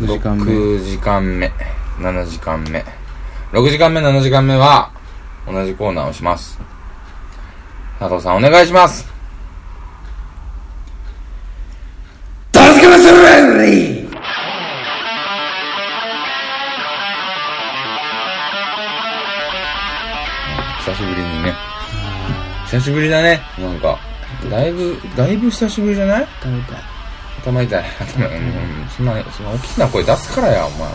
時間目6時間目7時間目6時間目7時間目は同じコーナーをします佐藤さんお願いします助けますレ久しぶりにね久しぶりだねなんかだいぶだいぶ久しぶりじゃない食べたい頭痛い頭うんそんなそんな大きな声出すからやお前は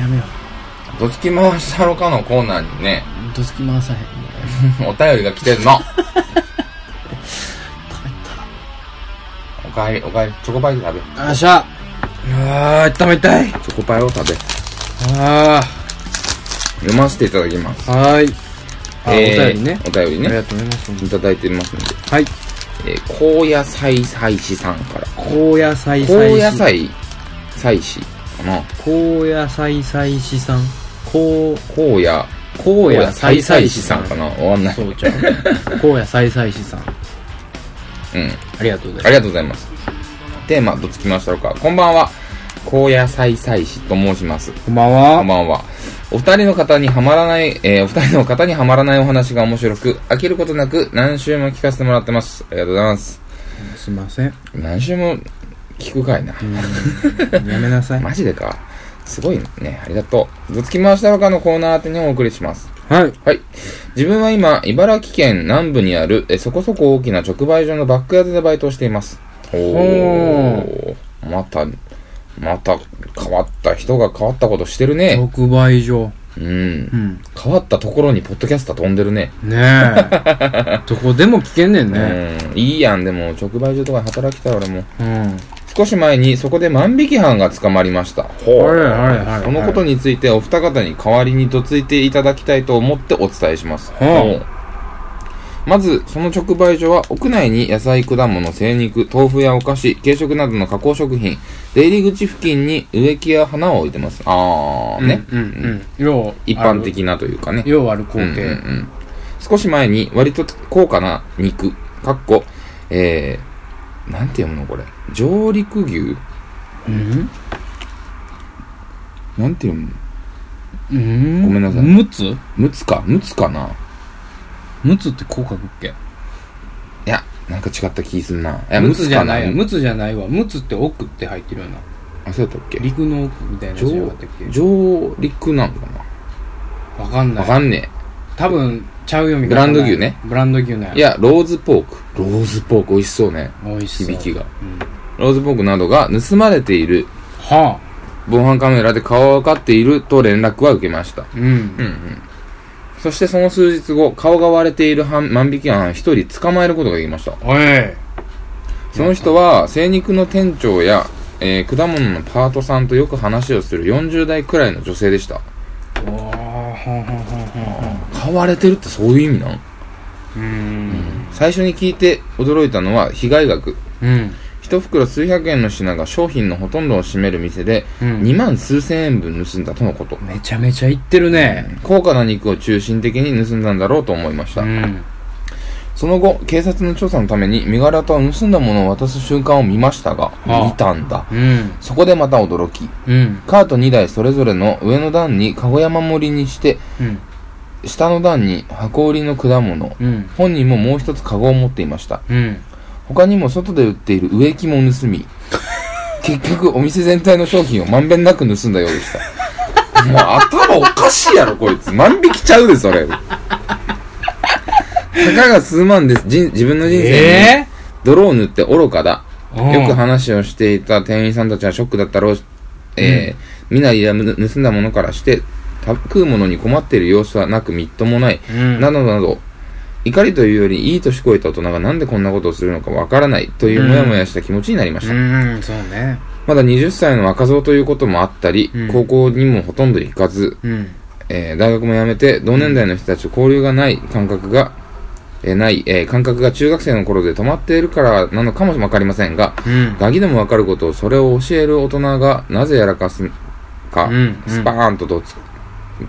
やめよどつき回したろかのコーナーにね うどつき回さへんもうお便りが来てる の食べおかえりおかえりチョコパイ食べたよっしゃあー食べたいチョコパイを食べあ読ませていただきますあはーいあ、えーお便りねお便りありねがとうございますいただいてますのではいえー、高野菜祭司さんから。高野菜高祭野司菜祭司かな高野菜祭司さん高高野、高高野野菜菜祭祭司司ささんんかなわかんない。そうちゃ う高野菜祭司さんうん。ありがとうごあざいりがとうございます。テーマ、どつきましたろうか。こんばんは。高野菜祭司と申します。ますこんばんこんはばんは。お二人の方にはまらない、えーお二人の方にはまらないお話が面白く、飽きることなく何週も聞かせてもらってます。ありがとうございます。すいません何週も聞くかいな。うんやめなさいマジでか。すごいね。ありがとう。どつきましたろうかのコーナー宛てにお送りします。 はいはい。自分は今、茨城県南部にある、えそこそこ大きな直売所のバックヤードでバイトをしています。おおー。また、また変わった人が変わったことしてるね。特売所うん。うん変わったところにポッドキャスター飛んでるね。ね えどこでも聞けんねんねうん。いいやん、でも、直売所とかで働きたい俺も。うん少し前にそこで万引き犯が捕まりました。ほはいはいはいはいそのことについてお二方に代わりにとついていただきたいと思ってお伝えします。ほうほうまず、その直売所は屋内に野菜、果物、精肉、豆腐やお菓子、軽食などの加工食品、出入り口付近に植木や花を置いてます。あーね。うんうんうんよう一般的なというかね。ようある光うん景うんうん少し前に割と高価な肉かっこえー、なんて読むのこれ上陸牛うんなんて読むうんごめんなさいむつむつかむつかなむつってこう書くっけいやなんか違った気すんないやむつじゃかないわむむつじゃないわむつって奥って入ってるよなあそうやったっけ陸の奥みたいな字があったっけ上陸なんかなわかんなわいかんね多分ちゃうよみブランド牛ねブランド牛ねえいやローズポークローズポーク美味しそうね美味しそう響きがうんローズポークなどが盗まれているは防犯カメラで顔は分かっていると連絡は受けましたあうんうんうん、そしてその数日後顔が割れている犯万引き犯一人捕まえることができましたおいその人は精肉の店長や、えー果物のパートさんとよく話をする40代くらいの女性でしたおーほんほんほんほんほん買われてるってそういう意味なんうん最初に聞いて驚いたのは被害額うん一袋数百円の品が商品のほとんどを占める店でうん2万数千円分盗んだとのことめちゃめちゃいってるね高価な肉を中心的に盗んだんだろうと思いましたんその後、警察の調査のために身柄と盗んだものを渡す瞬間を見ましたが、ああ見たんだ。うんそこでまた驚き、うんカート2台それぞれの上の段に籠山盛りにして、うん下の段に箱売りの果物、うん本人ももう一つ籠を持っていました。うん他にも外で売っている植木も盗み、結局お店全体の商品をまんべんなく盗んだようでした。もう頭おかしいやろ、こいつ。万引きちゃうで、それ。たかが数万です。人自分の人生に、え泥を塗って愚かうだ。んよく話をしていた店員さんたちはショックだったろう。えー、みなりやむ盗んだものからして、た食うものに困っている様子はなくみっともない。うんなどなど、怒りというよりいい年こえた大人がなんでこんなことをするのかわからないといううんもやもやした気持ちになりました。うんそうねまだ20歳の若造ということもあったり、うん高校にもほとんど行かず、うんえー大学も辞めて同年代の人たちと交流がない感覚が、えーない、えー感覚が中学生の頃で止まっているからなのかもわかりませんが、うんガキでもわかることをそれを教える大人がなぜやらかすか、うんスパーンとどつく、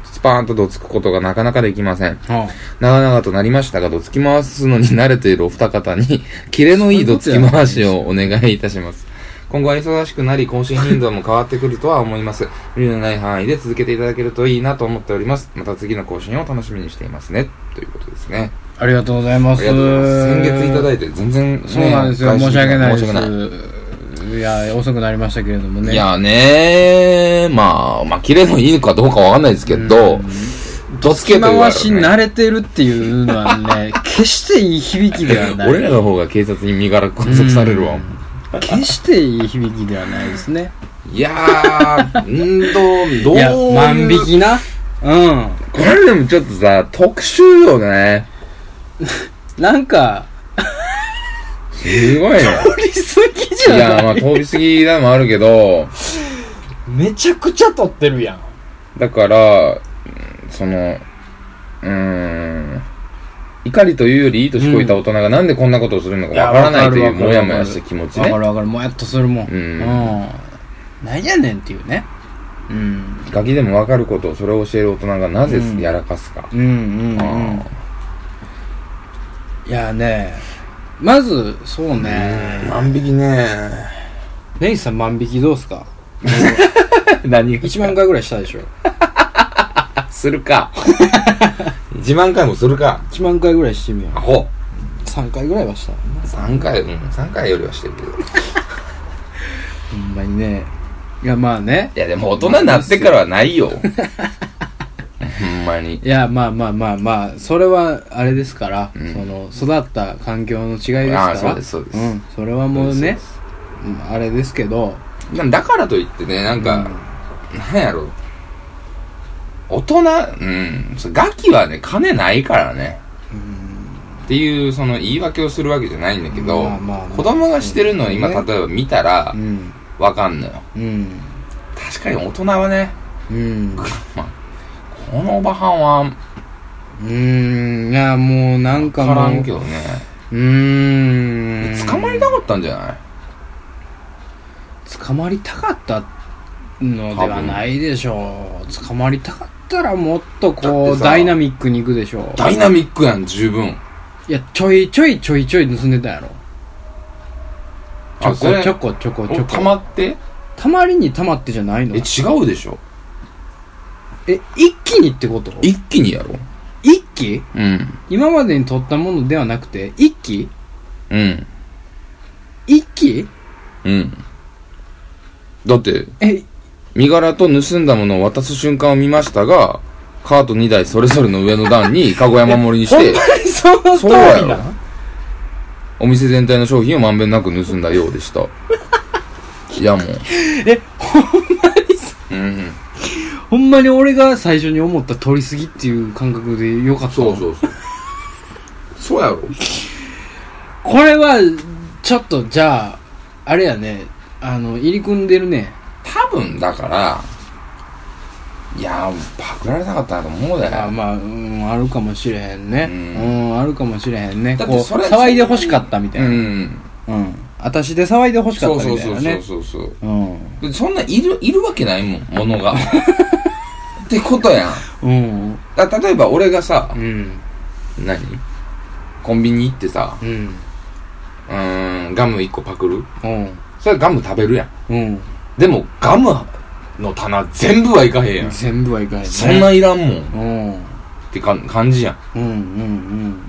スパーンとどつくことがなかなかできません。は長々となりましたが、どつき 回すのに慣れているお二方に、キレのいいどつき回しをお願いいたします。今後は忙しくなり、更新頻度も変わってくるとは思います。無理のない範囲で続けていただけるといいなと思っております。また次の更新を楽しみにしていますね。ということですね。ありがとうございまあす。りがとうございます。先月いただいて全然、ねそうなんですよ。返申信し訳ないです。申し訳ないや、遅くなりましたけれどもね。いやねー、まあ、まあ、綺麗のいいかどうかわかんないですけど、どつ隙けと間言われ回るしね慣れてるっていうのは ね、決していい響きではない。俺らの方が警察に身柄拘束されるわ。決していい響きではないですね。いやー、うーんと、どいうや、いう。万引きな。うん。これでもちょっとさ、特殊よね。なんか、すごいよ。取りすぎじいゃや、なまあ、い通り過ぎでもあるけど、めちゃくちゃ取ってるやん。だから、うんその、うーん、怒りというよりいい年こいた大人がなんでこんなことをするのかわからないという、もやもやした気持ちわねか。るわかる。もやっとするもん。うんうん。なんやねんっていうね。うん。ガキでもわかることをそれを教える大人がなぜやらかすか。うんうんうんあ。いやね、まず、そうね。万引きねネイさん万引きどうすか 何1万回ぐらいしたでしょするか。1万回もするか。 1万回ぐらいしてみようアホ。 3回ぐらいはしたよね3回、うん、3回よりはしてるけど。ほんまにねいやまあねいやでも大人になってからはない よ。ほんまに。いやまあまあまあまあそれはあれですから、うんその育った環境の違いですからああそうですそうですん、それはもうねうんあれですけどなだからといってね、なんか、なんやろう。大人、うん、そうガキはね、金ないからね。っていう、その言い訳をするわけじゃないんだけど、まあまあまあ子供がしてるのを今、そうですね例えば見たらう、んわかんのよ。うん確かに大人はね、うんまあ、このおばはんは、うんいやもうなんかわからもうんけどね。うーん捕まりたかったんじゃない捕まりたかったのではないでしょう捕まりたかったらもっとだこっうてさダイナミックにいくでしょうダイナミックやん、十分。いやちょいちょいちょいちょい盗んでたやろちょあそれこちょこちょこちょこたまってたまりにたまってじゃないのえ、違うでしょえ一気にってこと一気にやろ一気うん。今までに取ったものではなくて一気うん。一気うん。だって、え身柄と盗んだものを渡す瞬間を見ましたが、カート2台それぞれの上の段 に、かご山盛りにしほんまてに、その通そりうやろなのお店全体の商品をまんべんなく盗んだようでした。いやもう。えほんうん。ほんまに俺が最初に思った通り過ぎっていう感覚でよかったそうわそうそう。そうやろこれはちょっとじゃああれやねあの入り組んでるね多分だから、いやパクられたかったなと思うだあよ。まあ、うん、あるかもしれへんねう、うんんあるかもしれへんねだってこうそれ騒いで欲しかったみたいうなうん、ん。私で騒いで欲しかそっうたそみうたそいうなそうねそうそう。うんそんないる、いるわけないもん、もの が。ってことやん。うんだ例えば俺がさう、ん何コンビニ行ってさ、うんうーん、ガム1個パクるうんそれはガム食べるやん。うんでもガムの棚全部はいかへんやん。全部はいかへんねそんないらんもんっうんてか感じやうん。んうんう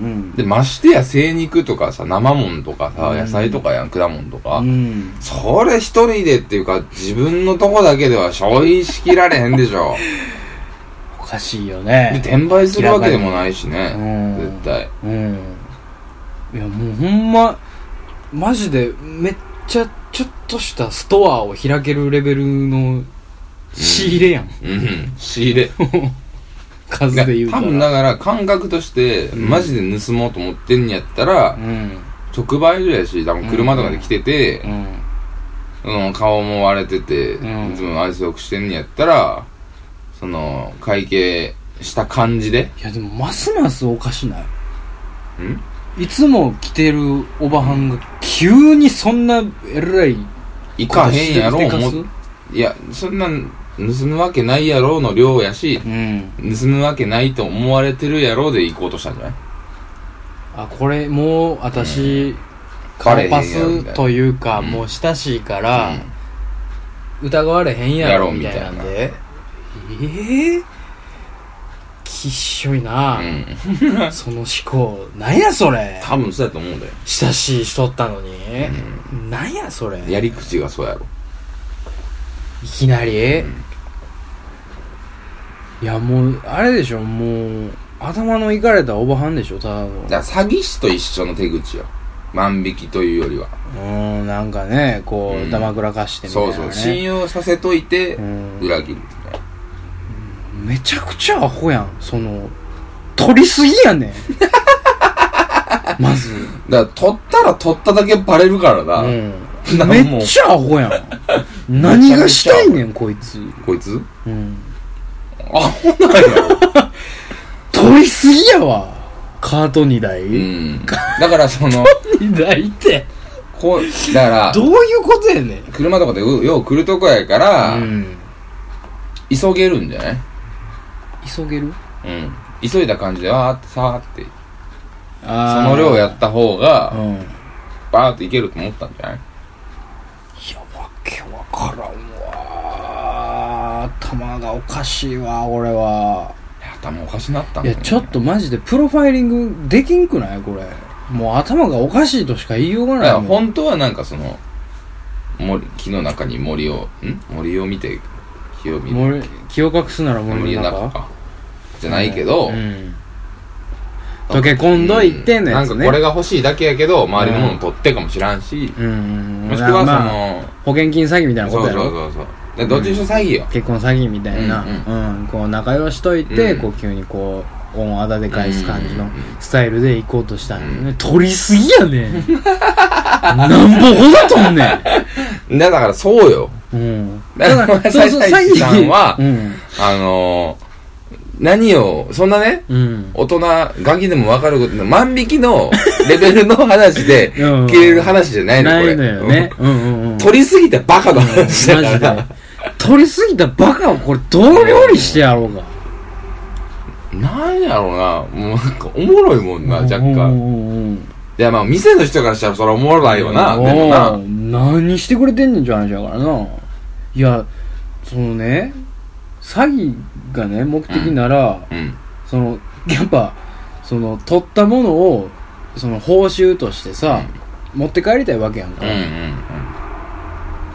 んで、ましてや生肉とかさ、生もんとかさ、うん野菜とかやん、果物とか。うんうんそれ一人でっていうか、自分のとこだけでは消費しきられへんでしょ。おかしいよで、ね転売するわけでもないしねうん。絶対。うんいやもうほんまマジでめっちゃちょっとしたストアを開けるレベルの仕入れやん、うん。仕入れ。数いやで言うた多ら分だから感覚としてんマジで盗もうと思ってんやったら、うん直売所やし多分車とかで来てて、うんその顔も割れてて、うんいつも愛想よくしてんやったらその会計した感じでいやでもますますおかしないんいつも着てるおばはんが急にそんなえらいいことかへしんてやろる思っいやそんなん盗むわけないやろの量やしうん盗むわけないと思われてるやろで行こうとしたんじゃないあこれもう私、バ顔レへんやパろみたいなスというか、うんもう親しいかうらん、疑われへんややろろうみみたたいいななんでええきっしょいな、うんその思考なんやそれ多分そうやと思うんだよ、親しいしとったのに、うなんやそれん、やり口がそうやろいきなり、んいやもうあれでしょもう頭のいかれたおばはんでしょただのだから詐欺師と一緒の手口よ万引きというよりは、うんなんかねこうんうだまくらかしてみたいそうな、ねそう信用させといて、うん裏切るみたいなめちゃくちゃアホやんその取りすぎやねん まず、だから取ったら取っただけバレるからな、うん、なんかもうめっちゃアホ やん何がしたいねんこいつ、こいつうん、アホなんや 取りすぎやわカート2台、うんだから その2台ってこうだからどういうことやねん車とかでうよう来るとこやから、うん急げるんじゃない急げるうん急いだ感じでわーってさーってそあーの量やった方うがんバーっていけると思ったんじゃないいやわけわからんわ頭がおかしいわ俺はいや頭おかしなったんいだやねちょっとマジでプロファイリングできんくないこれもう頭がおかしいとしか言いようがだかないらもん本当はなんかその森木の中に森をん森を見て木を見る森気を隠すなら森森のの中中かじゃないけど、うん溶け込んどいてんのなやんつかねこれが欲しいだけやけど周りのもの取ってかもしらんし、うんうんうんもしくはその、まあ保険金詐欺みたいなことそうやろそうそうそうでどっちにしろ詐欺よ、結婚詐欺みたいな、ううんこう仲良しといて、うんこう急にこう恩あだで返す感じうのんスタイルで行こうとしたんよね、う取りすぎやねんなんぼほどとんねだからそうよん、うん、だからそうそう斉詐藤さん欺はうんあのー、何をそんなねうん大人ガキでも分かること万引きのレベルの話で うん消える話じゃないのなこれいのよねうんうんうん取りすぎてバカのマ話ジだかでら取りすぎたバカをこれどう料理してやろうかなんやろうなもうなんかおもろいもんな若干干いやまあ店の人からしたらそれはおもろないよなでもな何してくれてんねんちゅう話やからないやそのね詐欺がね目的なら、うんそのやっぱその取ったものをその報酬としてさ、持って帰りたいわけやんうか、んうん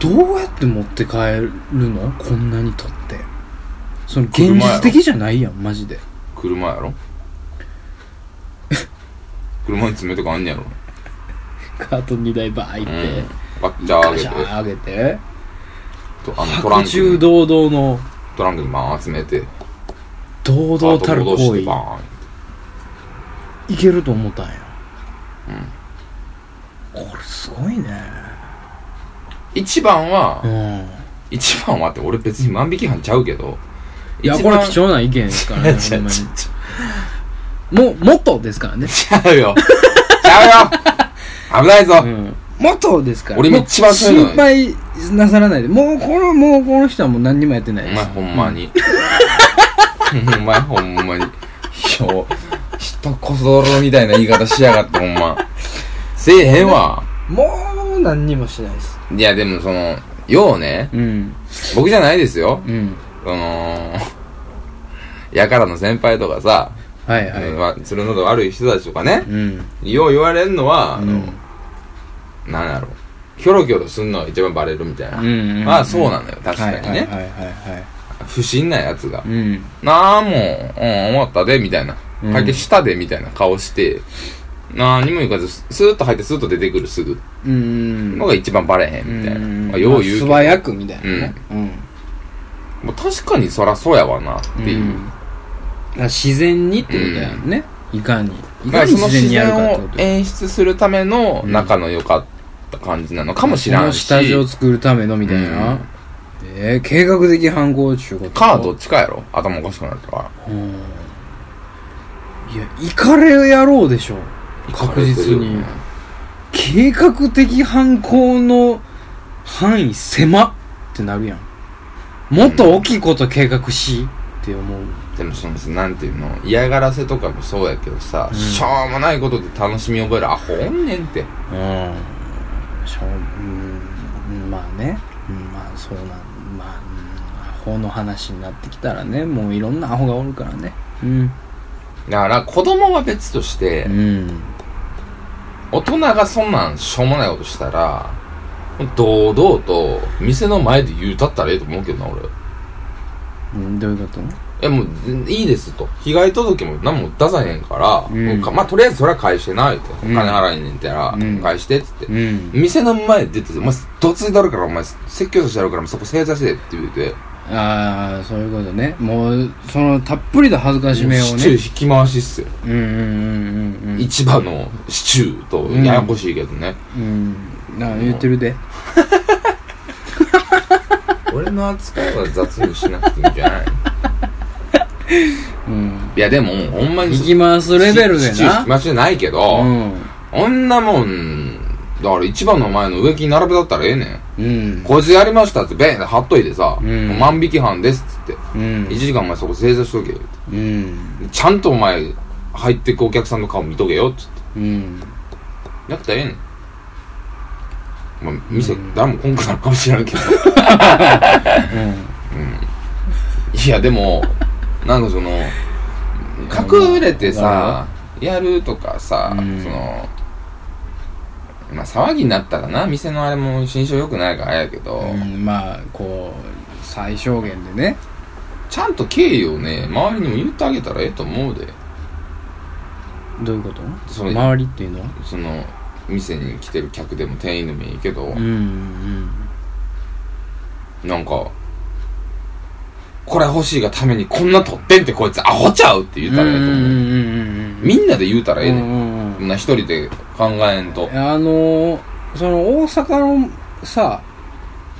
どうやって持って帰るのこんなに取ってその現実的じゃないやんマジで 車やろ車に爪とかあんねやろカート2台バーいっうて、んバッチャーガシャ上げてー上げてとあのトラ白ンク昼に堂々のトランクにまあ集めて堂々たる行して為バーンいけると思ったんや、これすごいね一番は、うん一番はって俺別に万引き犯ちゃうけどいや一これ番貴重な意見ですからねちほゃうんまちゃうにもうもっとですからね、 ちゃうよちゃうよ危ないぞ、うん、もっとですから俺も一番もうそういうの心配なさらないでもうこのもうこの人はもう何にもやってないおで前すほんま にお前ほんまによう人こそろみたいな言い方しやがってほんませえへんわもう何にもしてないですいやでもそのようねうん僕じゃないですようんそのやからの先輩とかさ、はいはい、うんわつるのど悪い人たちとかねうんよう言われんのは、うんあのなんやろキョロキョロすんのが一番バレるみたいな、うんうんうんまあそうなのよ確かはいにね、はいはいはい、はい不審なやつが、うんなあもう、うん、終わったでみたいなうん会計したでみたいな顔して、何も言わずススーッと入ってスーッと出てくるすぐうんのが一番バレへんみたいな、まあ、よう言うけど、素早くみたいなね、うんまあ確かにそらそうやわなっていう、んだから自然にってことやんね、いかにいまかあにその自自然にやる然かってをこと演出するための仲の良かった感じなのかもしらこんのし、下地を作るためのみたいな、うんえー、計画的犯行中ことかどっちかやろ頭おかしくなったからうんいやイカレ野郎でしょ確実に計画的犯行の範囲狭っってなるやんもっと大きいこと計画しって思うでもそのさなんていうの嫌がらせとかもそうやけどさ、しょうもないことで楽しみ覚えるアホおんねんってうんしょううんまあねうんまあそうなんまあうんアホの話になってきたらねもういろんなアホがおるからねうんだから子供は別として、うん大人がそんなんしょうもないことしたら堂々と店の前で言うたったらええと思うけどな俺うんどういうことえもういいですと被害届も何も出さへんから、うんもうかまあとりあえずそれは返してないって、うんお金払いねんてやら、うん返してっつって、うん店の前出てて「お前どついだるからお前説教させてやるからそこ正座して」って言うてああそういうことねもうそのたっぷりと恥ずかしめをシチュねー引き回しっすよ、うんうんうんうんうん市場のシチューとうんややこしいけどね、うんなんか言ってるで俺の扱いは雑にしなくていいんじゃないうんいやでもほんまに行きますレベルでシチュー引なき回しじゃないけど、うんあんなもんだから市場の前の植木に並べだったらええねんうんこいつやりましたってベーンって貼っといてさ、うん万引き犯ですっつって、うん1時間お前そこ正座しとけようんちゃんとお前入ってくお客さんの顔見とけよっつってうんやったらええねんまあ、店、誰もこんくなるかもしれんけど。いや、でも、なんかその、隠れてさ、やるとかさ、うんその、まあ、騒ぎになったらな、店のあれも心象良くないからあれやけど、うんまあこう最小限でねちゃんと敬意をね、周りにも言ってあげたらええと思うで。どういうことその周りっていうのはその店に来てる客でも店員でもいいけど、んなんかこれ欲しいがためにこんな取ってんってこいつアホちゃうって言ううたらええと思う、んみんなで言うたらええねん、んこんな一人で考えんとあのーその大阪のさ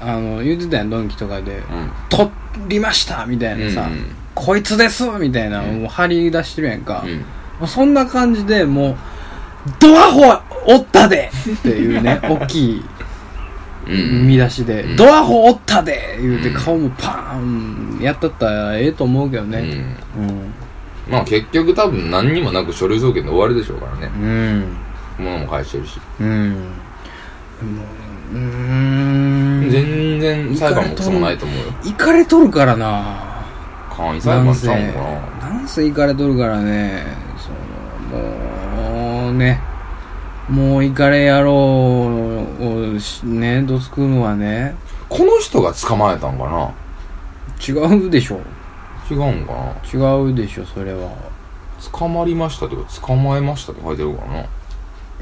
あの言うてたやんドンキとかでうん「取りました!」みたいなさうん「こいつです!」みたいなうんもう張り出してるやんかう、んもうそんな感じでもう「ドアホおったで!」っていう ね大きいうん見出しでうん「ドアホおったで!」言うてうん顔もパーンやったったらええと思うけどうねんうんまあ結局多分何にもなく書類送検で終わりでしょうからねうん物も返してるし、うんもううーん全然裁判もクソもないと思うよ行かれとるからな簡易裁なん判ちせゃうんかななんせ行かれとるからねそのもうねもう行かれ野郎をしねどつくのはねこの人が捕まえたんかな違うでしょ違うんかな違うでしょそれは捕まりましたとか捕まえましたって書いてるか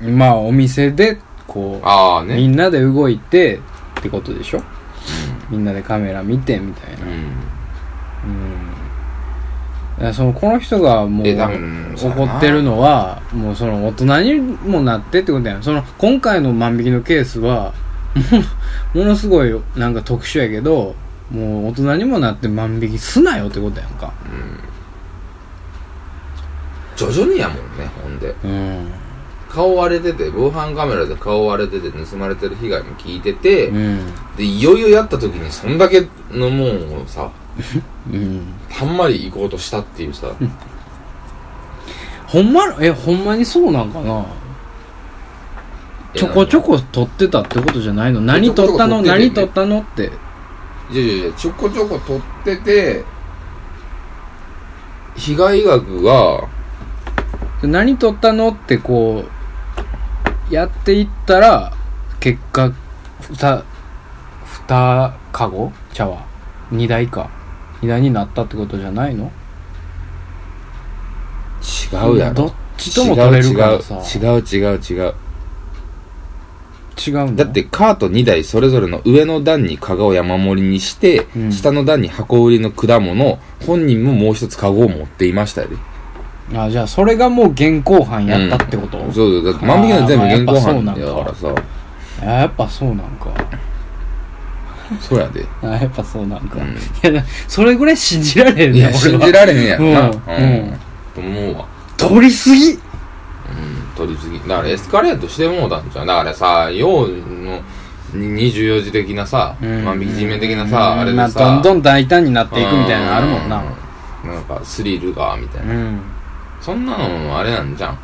らなまあお店でこうああねみんなで動いてってことでしょみんなでカメラ見てみたいなううんそのこの人がもんうえ多分そうや怒なってるのはもうその大人にもなってってことやんその今回の万引きのケースは もうものすごいなんか特殊やけどもう大人にもなって万引きすなよってことやんか徐々にやもんねほんでうん顔割れてて防犯カメラで顔割れてて盗まれてる被害も聞いてて、うんでいよいよやった時にそんだけのもんをさうんたんまり行こうとしたっていうさほんまえほんまにそうなんかなちょこちょこ撮ってたってことじゃないの何撮ったのちょこちょ何こ撮撮っったのっていやいやいやちょこちょこ撮ってて被害額が何撮ったのってこうやっていったら結果ふたふたかご茶は2台か2台になったってことじゃないの違うやどろっちとも取れるからさ違う違う違う違う違うのだってカート2台それぞれの上の段にカゴを山盛りにして、うん下の段に箱売りの果物本人ももう一つカゴを持っていましたよねあじゃあそれがもう現行犯やったってこと、そうそうだって万引きなんて全部現行犯だからさあやっぱそうなんかそうやで、あやっぱそうなんか、ういんやそれぐらい信じられへんいねや俺信はじられへんやろなうんうんと思うわ取りすぎうん取り次ぎだからエスカレートしてもうたんじゃんだからさ要のに24時的なさ、うん万引き人面的なさ、うんあれでまさ、どんどん大胆になっていくみたいなのあるもんなうなんかスリルがみたいなうんそんなのあれなんじゃん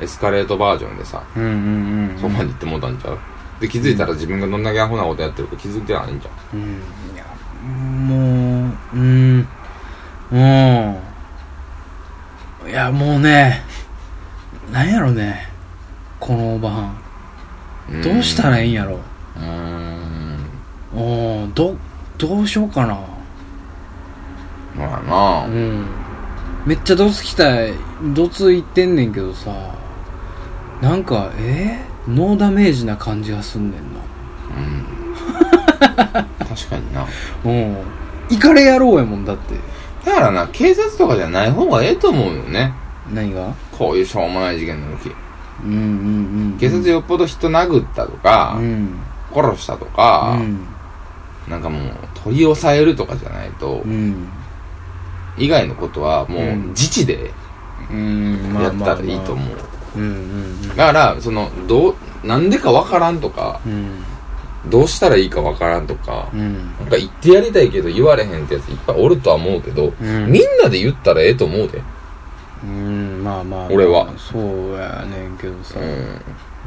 エスカレートバージョンでさうんうんうんそこまで行ってもうたんちゃうで気づいたら自分がどんだけアホなことやってるか気づいてないんじゃうんんいやもううんもういやもうねなんやろねこのおばはんんどうしたらいいんやろうーんうんどどうしようかなまあうなんめっちゃドツきたいドツいってんねんけどさなんかえーノーダメージな感じがすんねんな確かになうんイカレやろうやもんだってだからな警察とかじゃない方がええと思うよね何がこういうしょうもない事件の時うんうんうん警察よっぽど人殴ったとかう、ん殺したとうか、んなんかもう取り押さえるとかじゃないと、うん以外のことはもううん自治でうんまやあっまたあらいいと思う、うんうんだからそのどうなんでかわからんとかうんどうしたらいいかわからんとかう、んなんか言ってやりたいけど言われへんってやついっぱいおるとは思うけど、うんみんなで言ったらええと思うで、うんまあまあ俺はそうやねんけどさう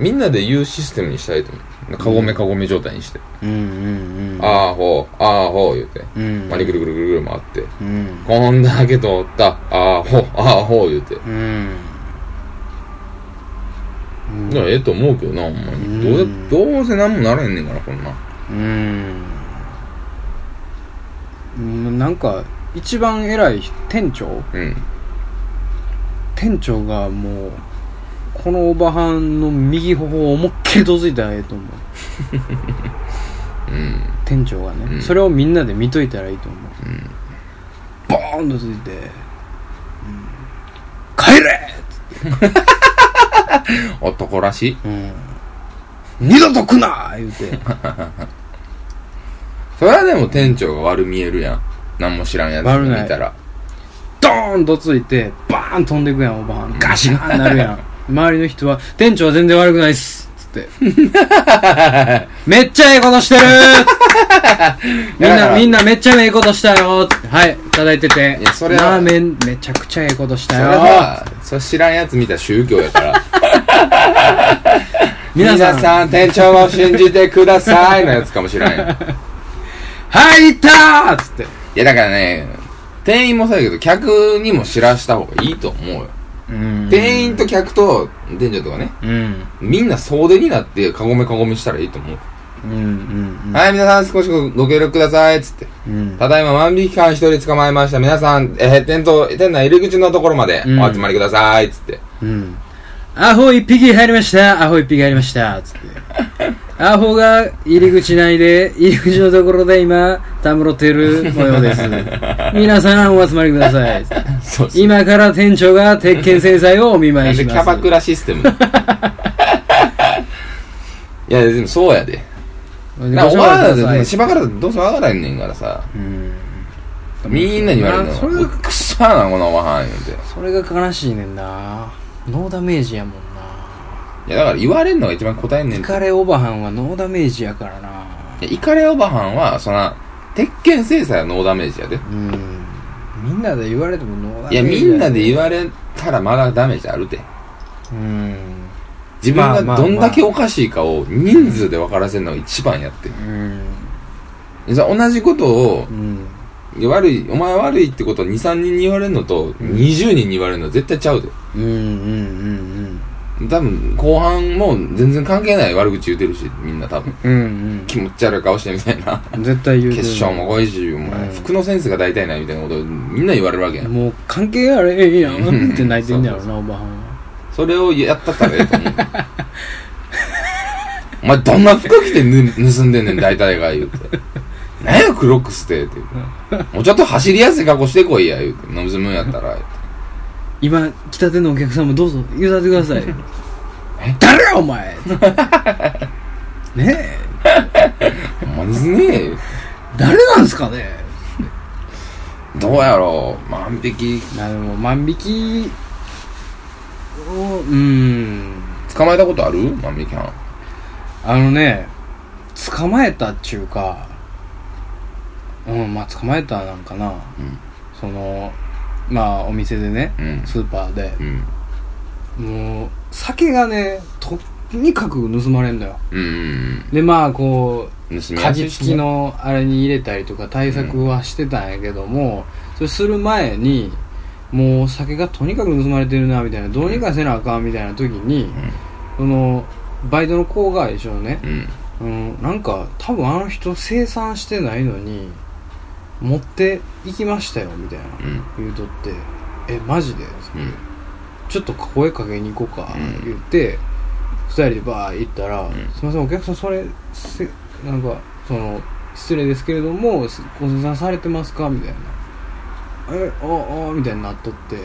ん、みんなで言うシステムにしたいと思うカゴメカゴメ状態にして、うんうんうんああほうああほう言うて、うんまりぐるぐるぐるぐる回ってうんこんだけ通ったああほうああほう言うてうんうんならええと思うけどなほんまにどううんやどうせ何もなれへんねんからこんなうんなんか一番偉い人店長うん店長がもうこのおばはんの右頬を思いっきりどついたらええと思ううん店長がね、うんそれをみんなで見といたらいいと思う、ボーンとついて、うん帰れ男らしいうん二度と来な言うてそれはでも店長が悪見えるやん何も知らんやつ悪ない見たらドーンとついてバーン飛んでくやんおばはんガシャーンなるや ん周りの人は「店長は全然悪くないっす」つって 「めっちゃええことしてる!」 みんだかならみんなめっちゃええことしたよつってはいいただいてていやそれはラーメンめちゃくちゃええことしそたれよはそれ知らんやつ見たら宗教やから 皆さん店長を信じてくださいのやつかもしらん やん入ったーつっていやだからね店員もそうやけど客にも知らした方がいいと思うよ、店員と客と店長とかねうんみんな総出になってカゴメカゴメしたらいいと思う、うんうんはい皆さん少しご協力くださいっつってうんただいま万引き犯一人捕まえました。皆さん、えー、店頭、店内入り口のところまでうんお集まりください、っつって。うんアホ一匹入りましたアホ一匹入りましたつってアホが入り口内で入り口のところで今たむろってる模様です皆さんお集まりくださいつってそうそう。今から店長が鉄拳制裁をお見舞ないんしでキますャバクラシステム。 いや、でもそうやで。ごなお承知く前らだでさいも芝からどうせわからへんねんからさ。うんみんなに言われるの。それおっくっさーな、このおばはん言うて。それが悲しいねんなノーダメージやもんないや、だから言われんのが一番答えんねんイて。いカレオバハンはノーダメージやからなやイカレおばはんは、そんな、鉄拳制裁はノーダメージやで。うんみんなで言われてもノーダいメや、ージみねんなで言われたらまだダメージあるて。うん自分がどんだけおかしいかを人数で分からせるのが一番やってるうんじゃあ同じことをうんいや悪いお前悪いってことを23人に言われるのと20人に言われるのは絶対ちゃうでうんうん多分後半も全然関係ない悪口言うてるしみんな多分うんうん気持ち悪い顔してみたいなうん絶対言うてる決勝も来いしお前うん服のセンスが大体ないみたいなことをみんな言われるわけやんもう関係あれへんやんって泣いてんねやろそうなおばはんはそれをやったったらええ と思うお前どんな服着てぬ盗んでんねん大体が言うて「何やクロックスて」って言うて「もうちょっと走りやすい格好してこいや」言うて「盗むんやったら」言うて今来たてのお客様どうぞ言うたってください誰やお 前ねえ「ほんまですね誰なんすかねどうやろう万引きまあでも万引きをうん捕まえたことある万引き犯あのね捕まえたっちゅうかうんまあ捕まえたなんかな、うんそのまあお店でね、うんスーパーでう、んもう酒がねとにかく盗まれんのようんでまあこう盗みやす舵い付きのあれに入れたりとか対策はしてたんやけども、それする前にもう酒がとにかく盗まれてるなみたいなどうにかせなあかんみたいな時に、そのバイトの子が一緒のね、うんうん、なんか多分あの人生産してないのに持って行きましたよみたいなうん言うとって「えマジで?」うんちょっと声かけに行こうかうん言って、二人でバー行ったら、すいませんお客さんそれせなんかその失礼ですけれどもすご相談されてますかみたいな「えああみたいになっとって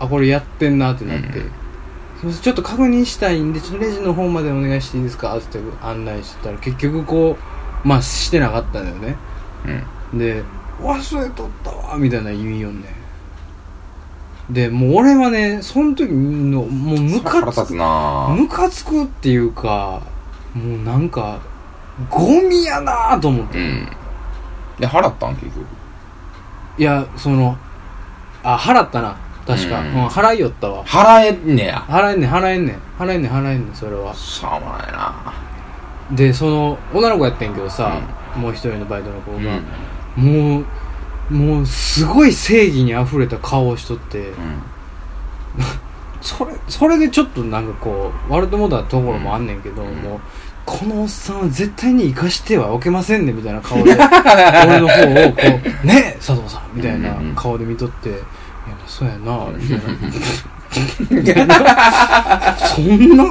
あこれやってんなってなって、うんすいませんちょっと確認したいんでちょっとレジの方までお願いしていいですか?」って案内してたら結局こうまあしてなかったんだよねうんで「忘れとったわ」みたいな言いよんねでもう俺はねその時のもうム腹カ立つつくなぁムカつくっていうかもうなんかゴミやなと思っうて、んで払ったん結局いやそのあ払ったな確か、ううんん払いよったわ払えんねや払えんねん払えんねん払えんねん払えんねんそれはしゃあもないなでその女の子やってんけどさ、もう一人のバイトの子うが、もうもうすごい正義にあふれた顔をしとって、うんそれそれでちょっとなんかこう悪ともだところもあんねんけど、んもうこのおっさんは絶対に生かしてはおけませんねみたいな顔 で俺の方をこう「ねえ佐藤さん」みたいな顔で見とって「いやそうやな」みたいな。そんな、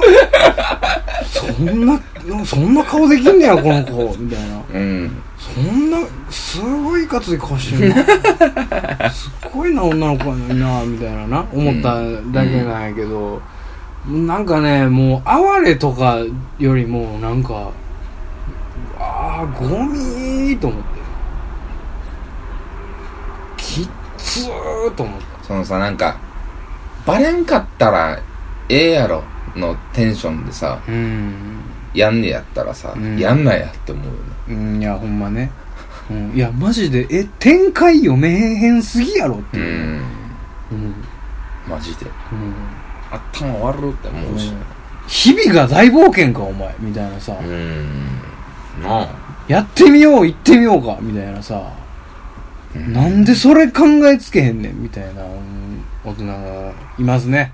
そんな、そんな顔できんねや、この子、みたいな。うんそんな、すごいいかつい顔してる な。すっごいな、女の子やのにな、みたいなな、思っただけなんやけど、なんかね、もう、哀れとかよりも、なんか、ああ、ゴミーと思って。きっつーと思った。そのさなんかバレんかったらええやろのテンションでさうん。やんねやったらさ、うんやんなやって思うよねうん、いや、ほんまね。うん、いや、マジで、え、展開読めへんすぎやろってういう。んうん。マジうでん。頭悪って思うし日々が大冒険か、お前。みたいなさ。うんなあやってみよう、行ってみようか。みたいなさ。うなんでそれ考えつけへんねん。みたいな、うん大人がいますね。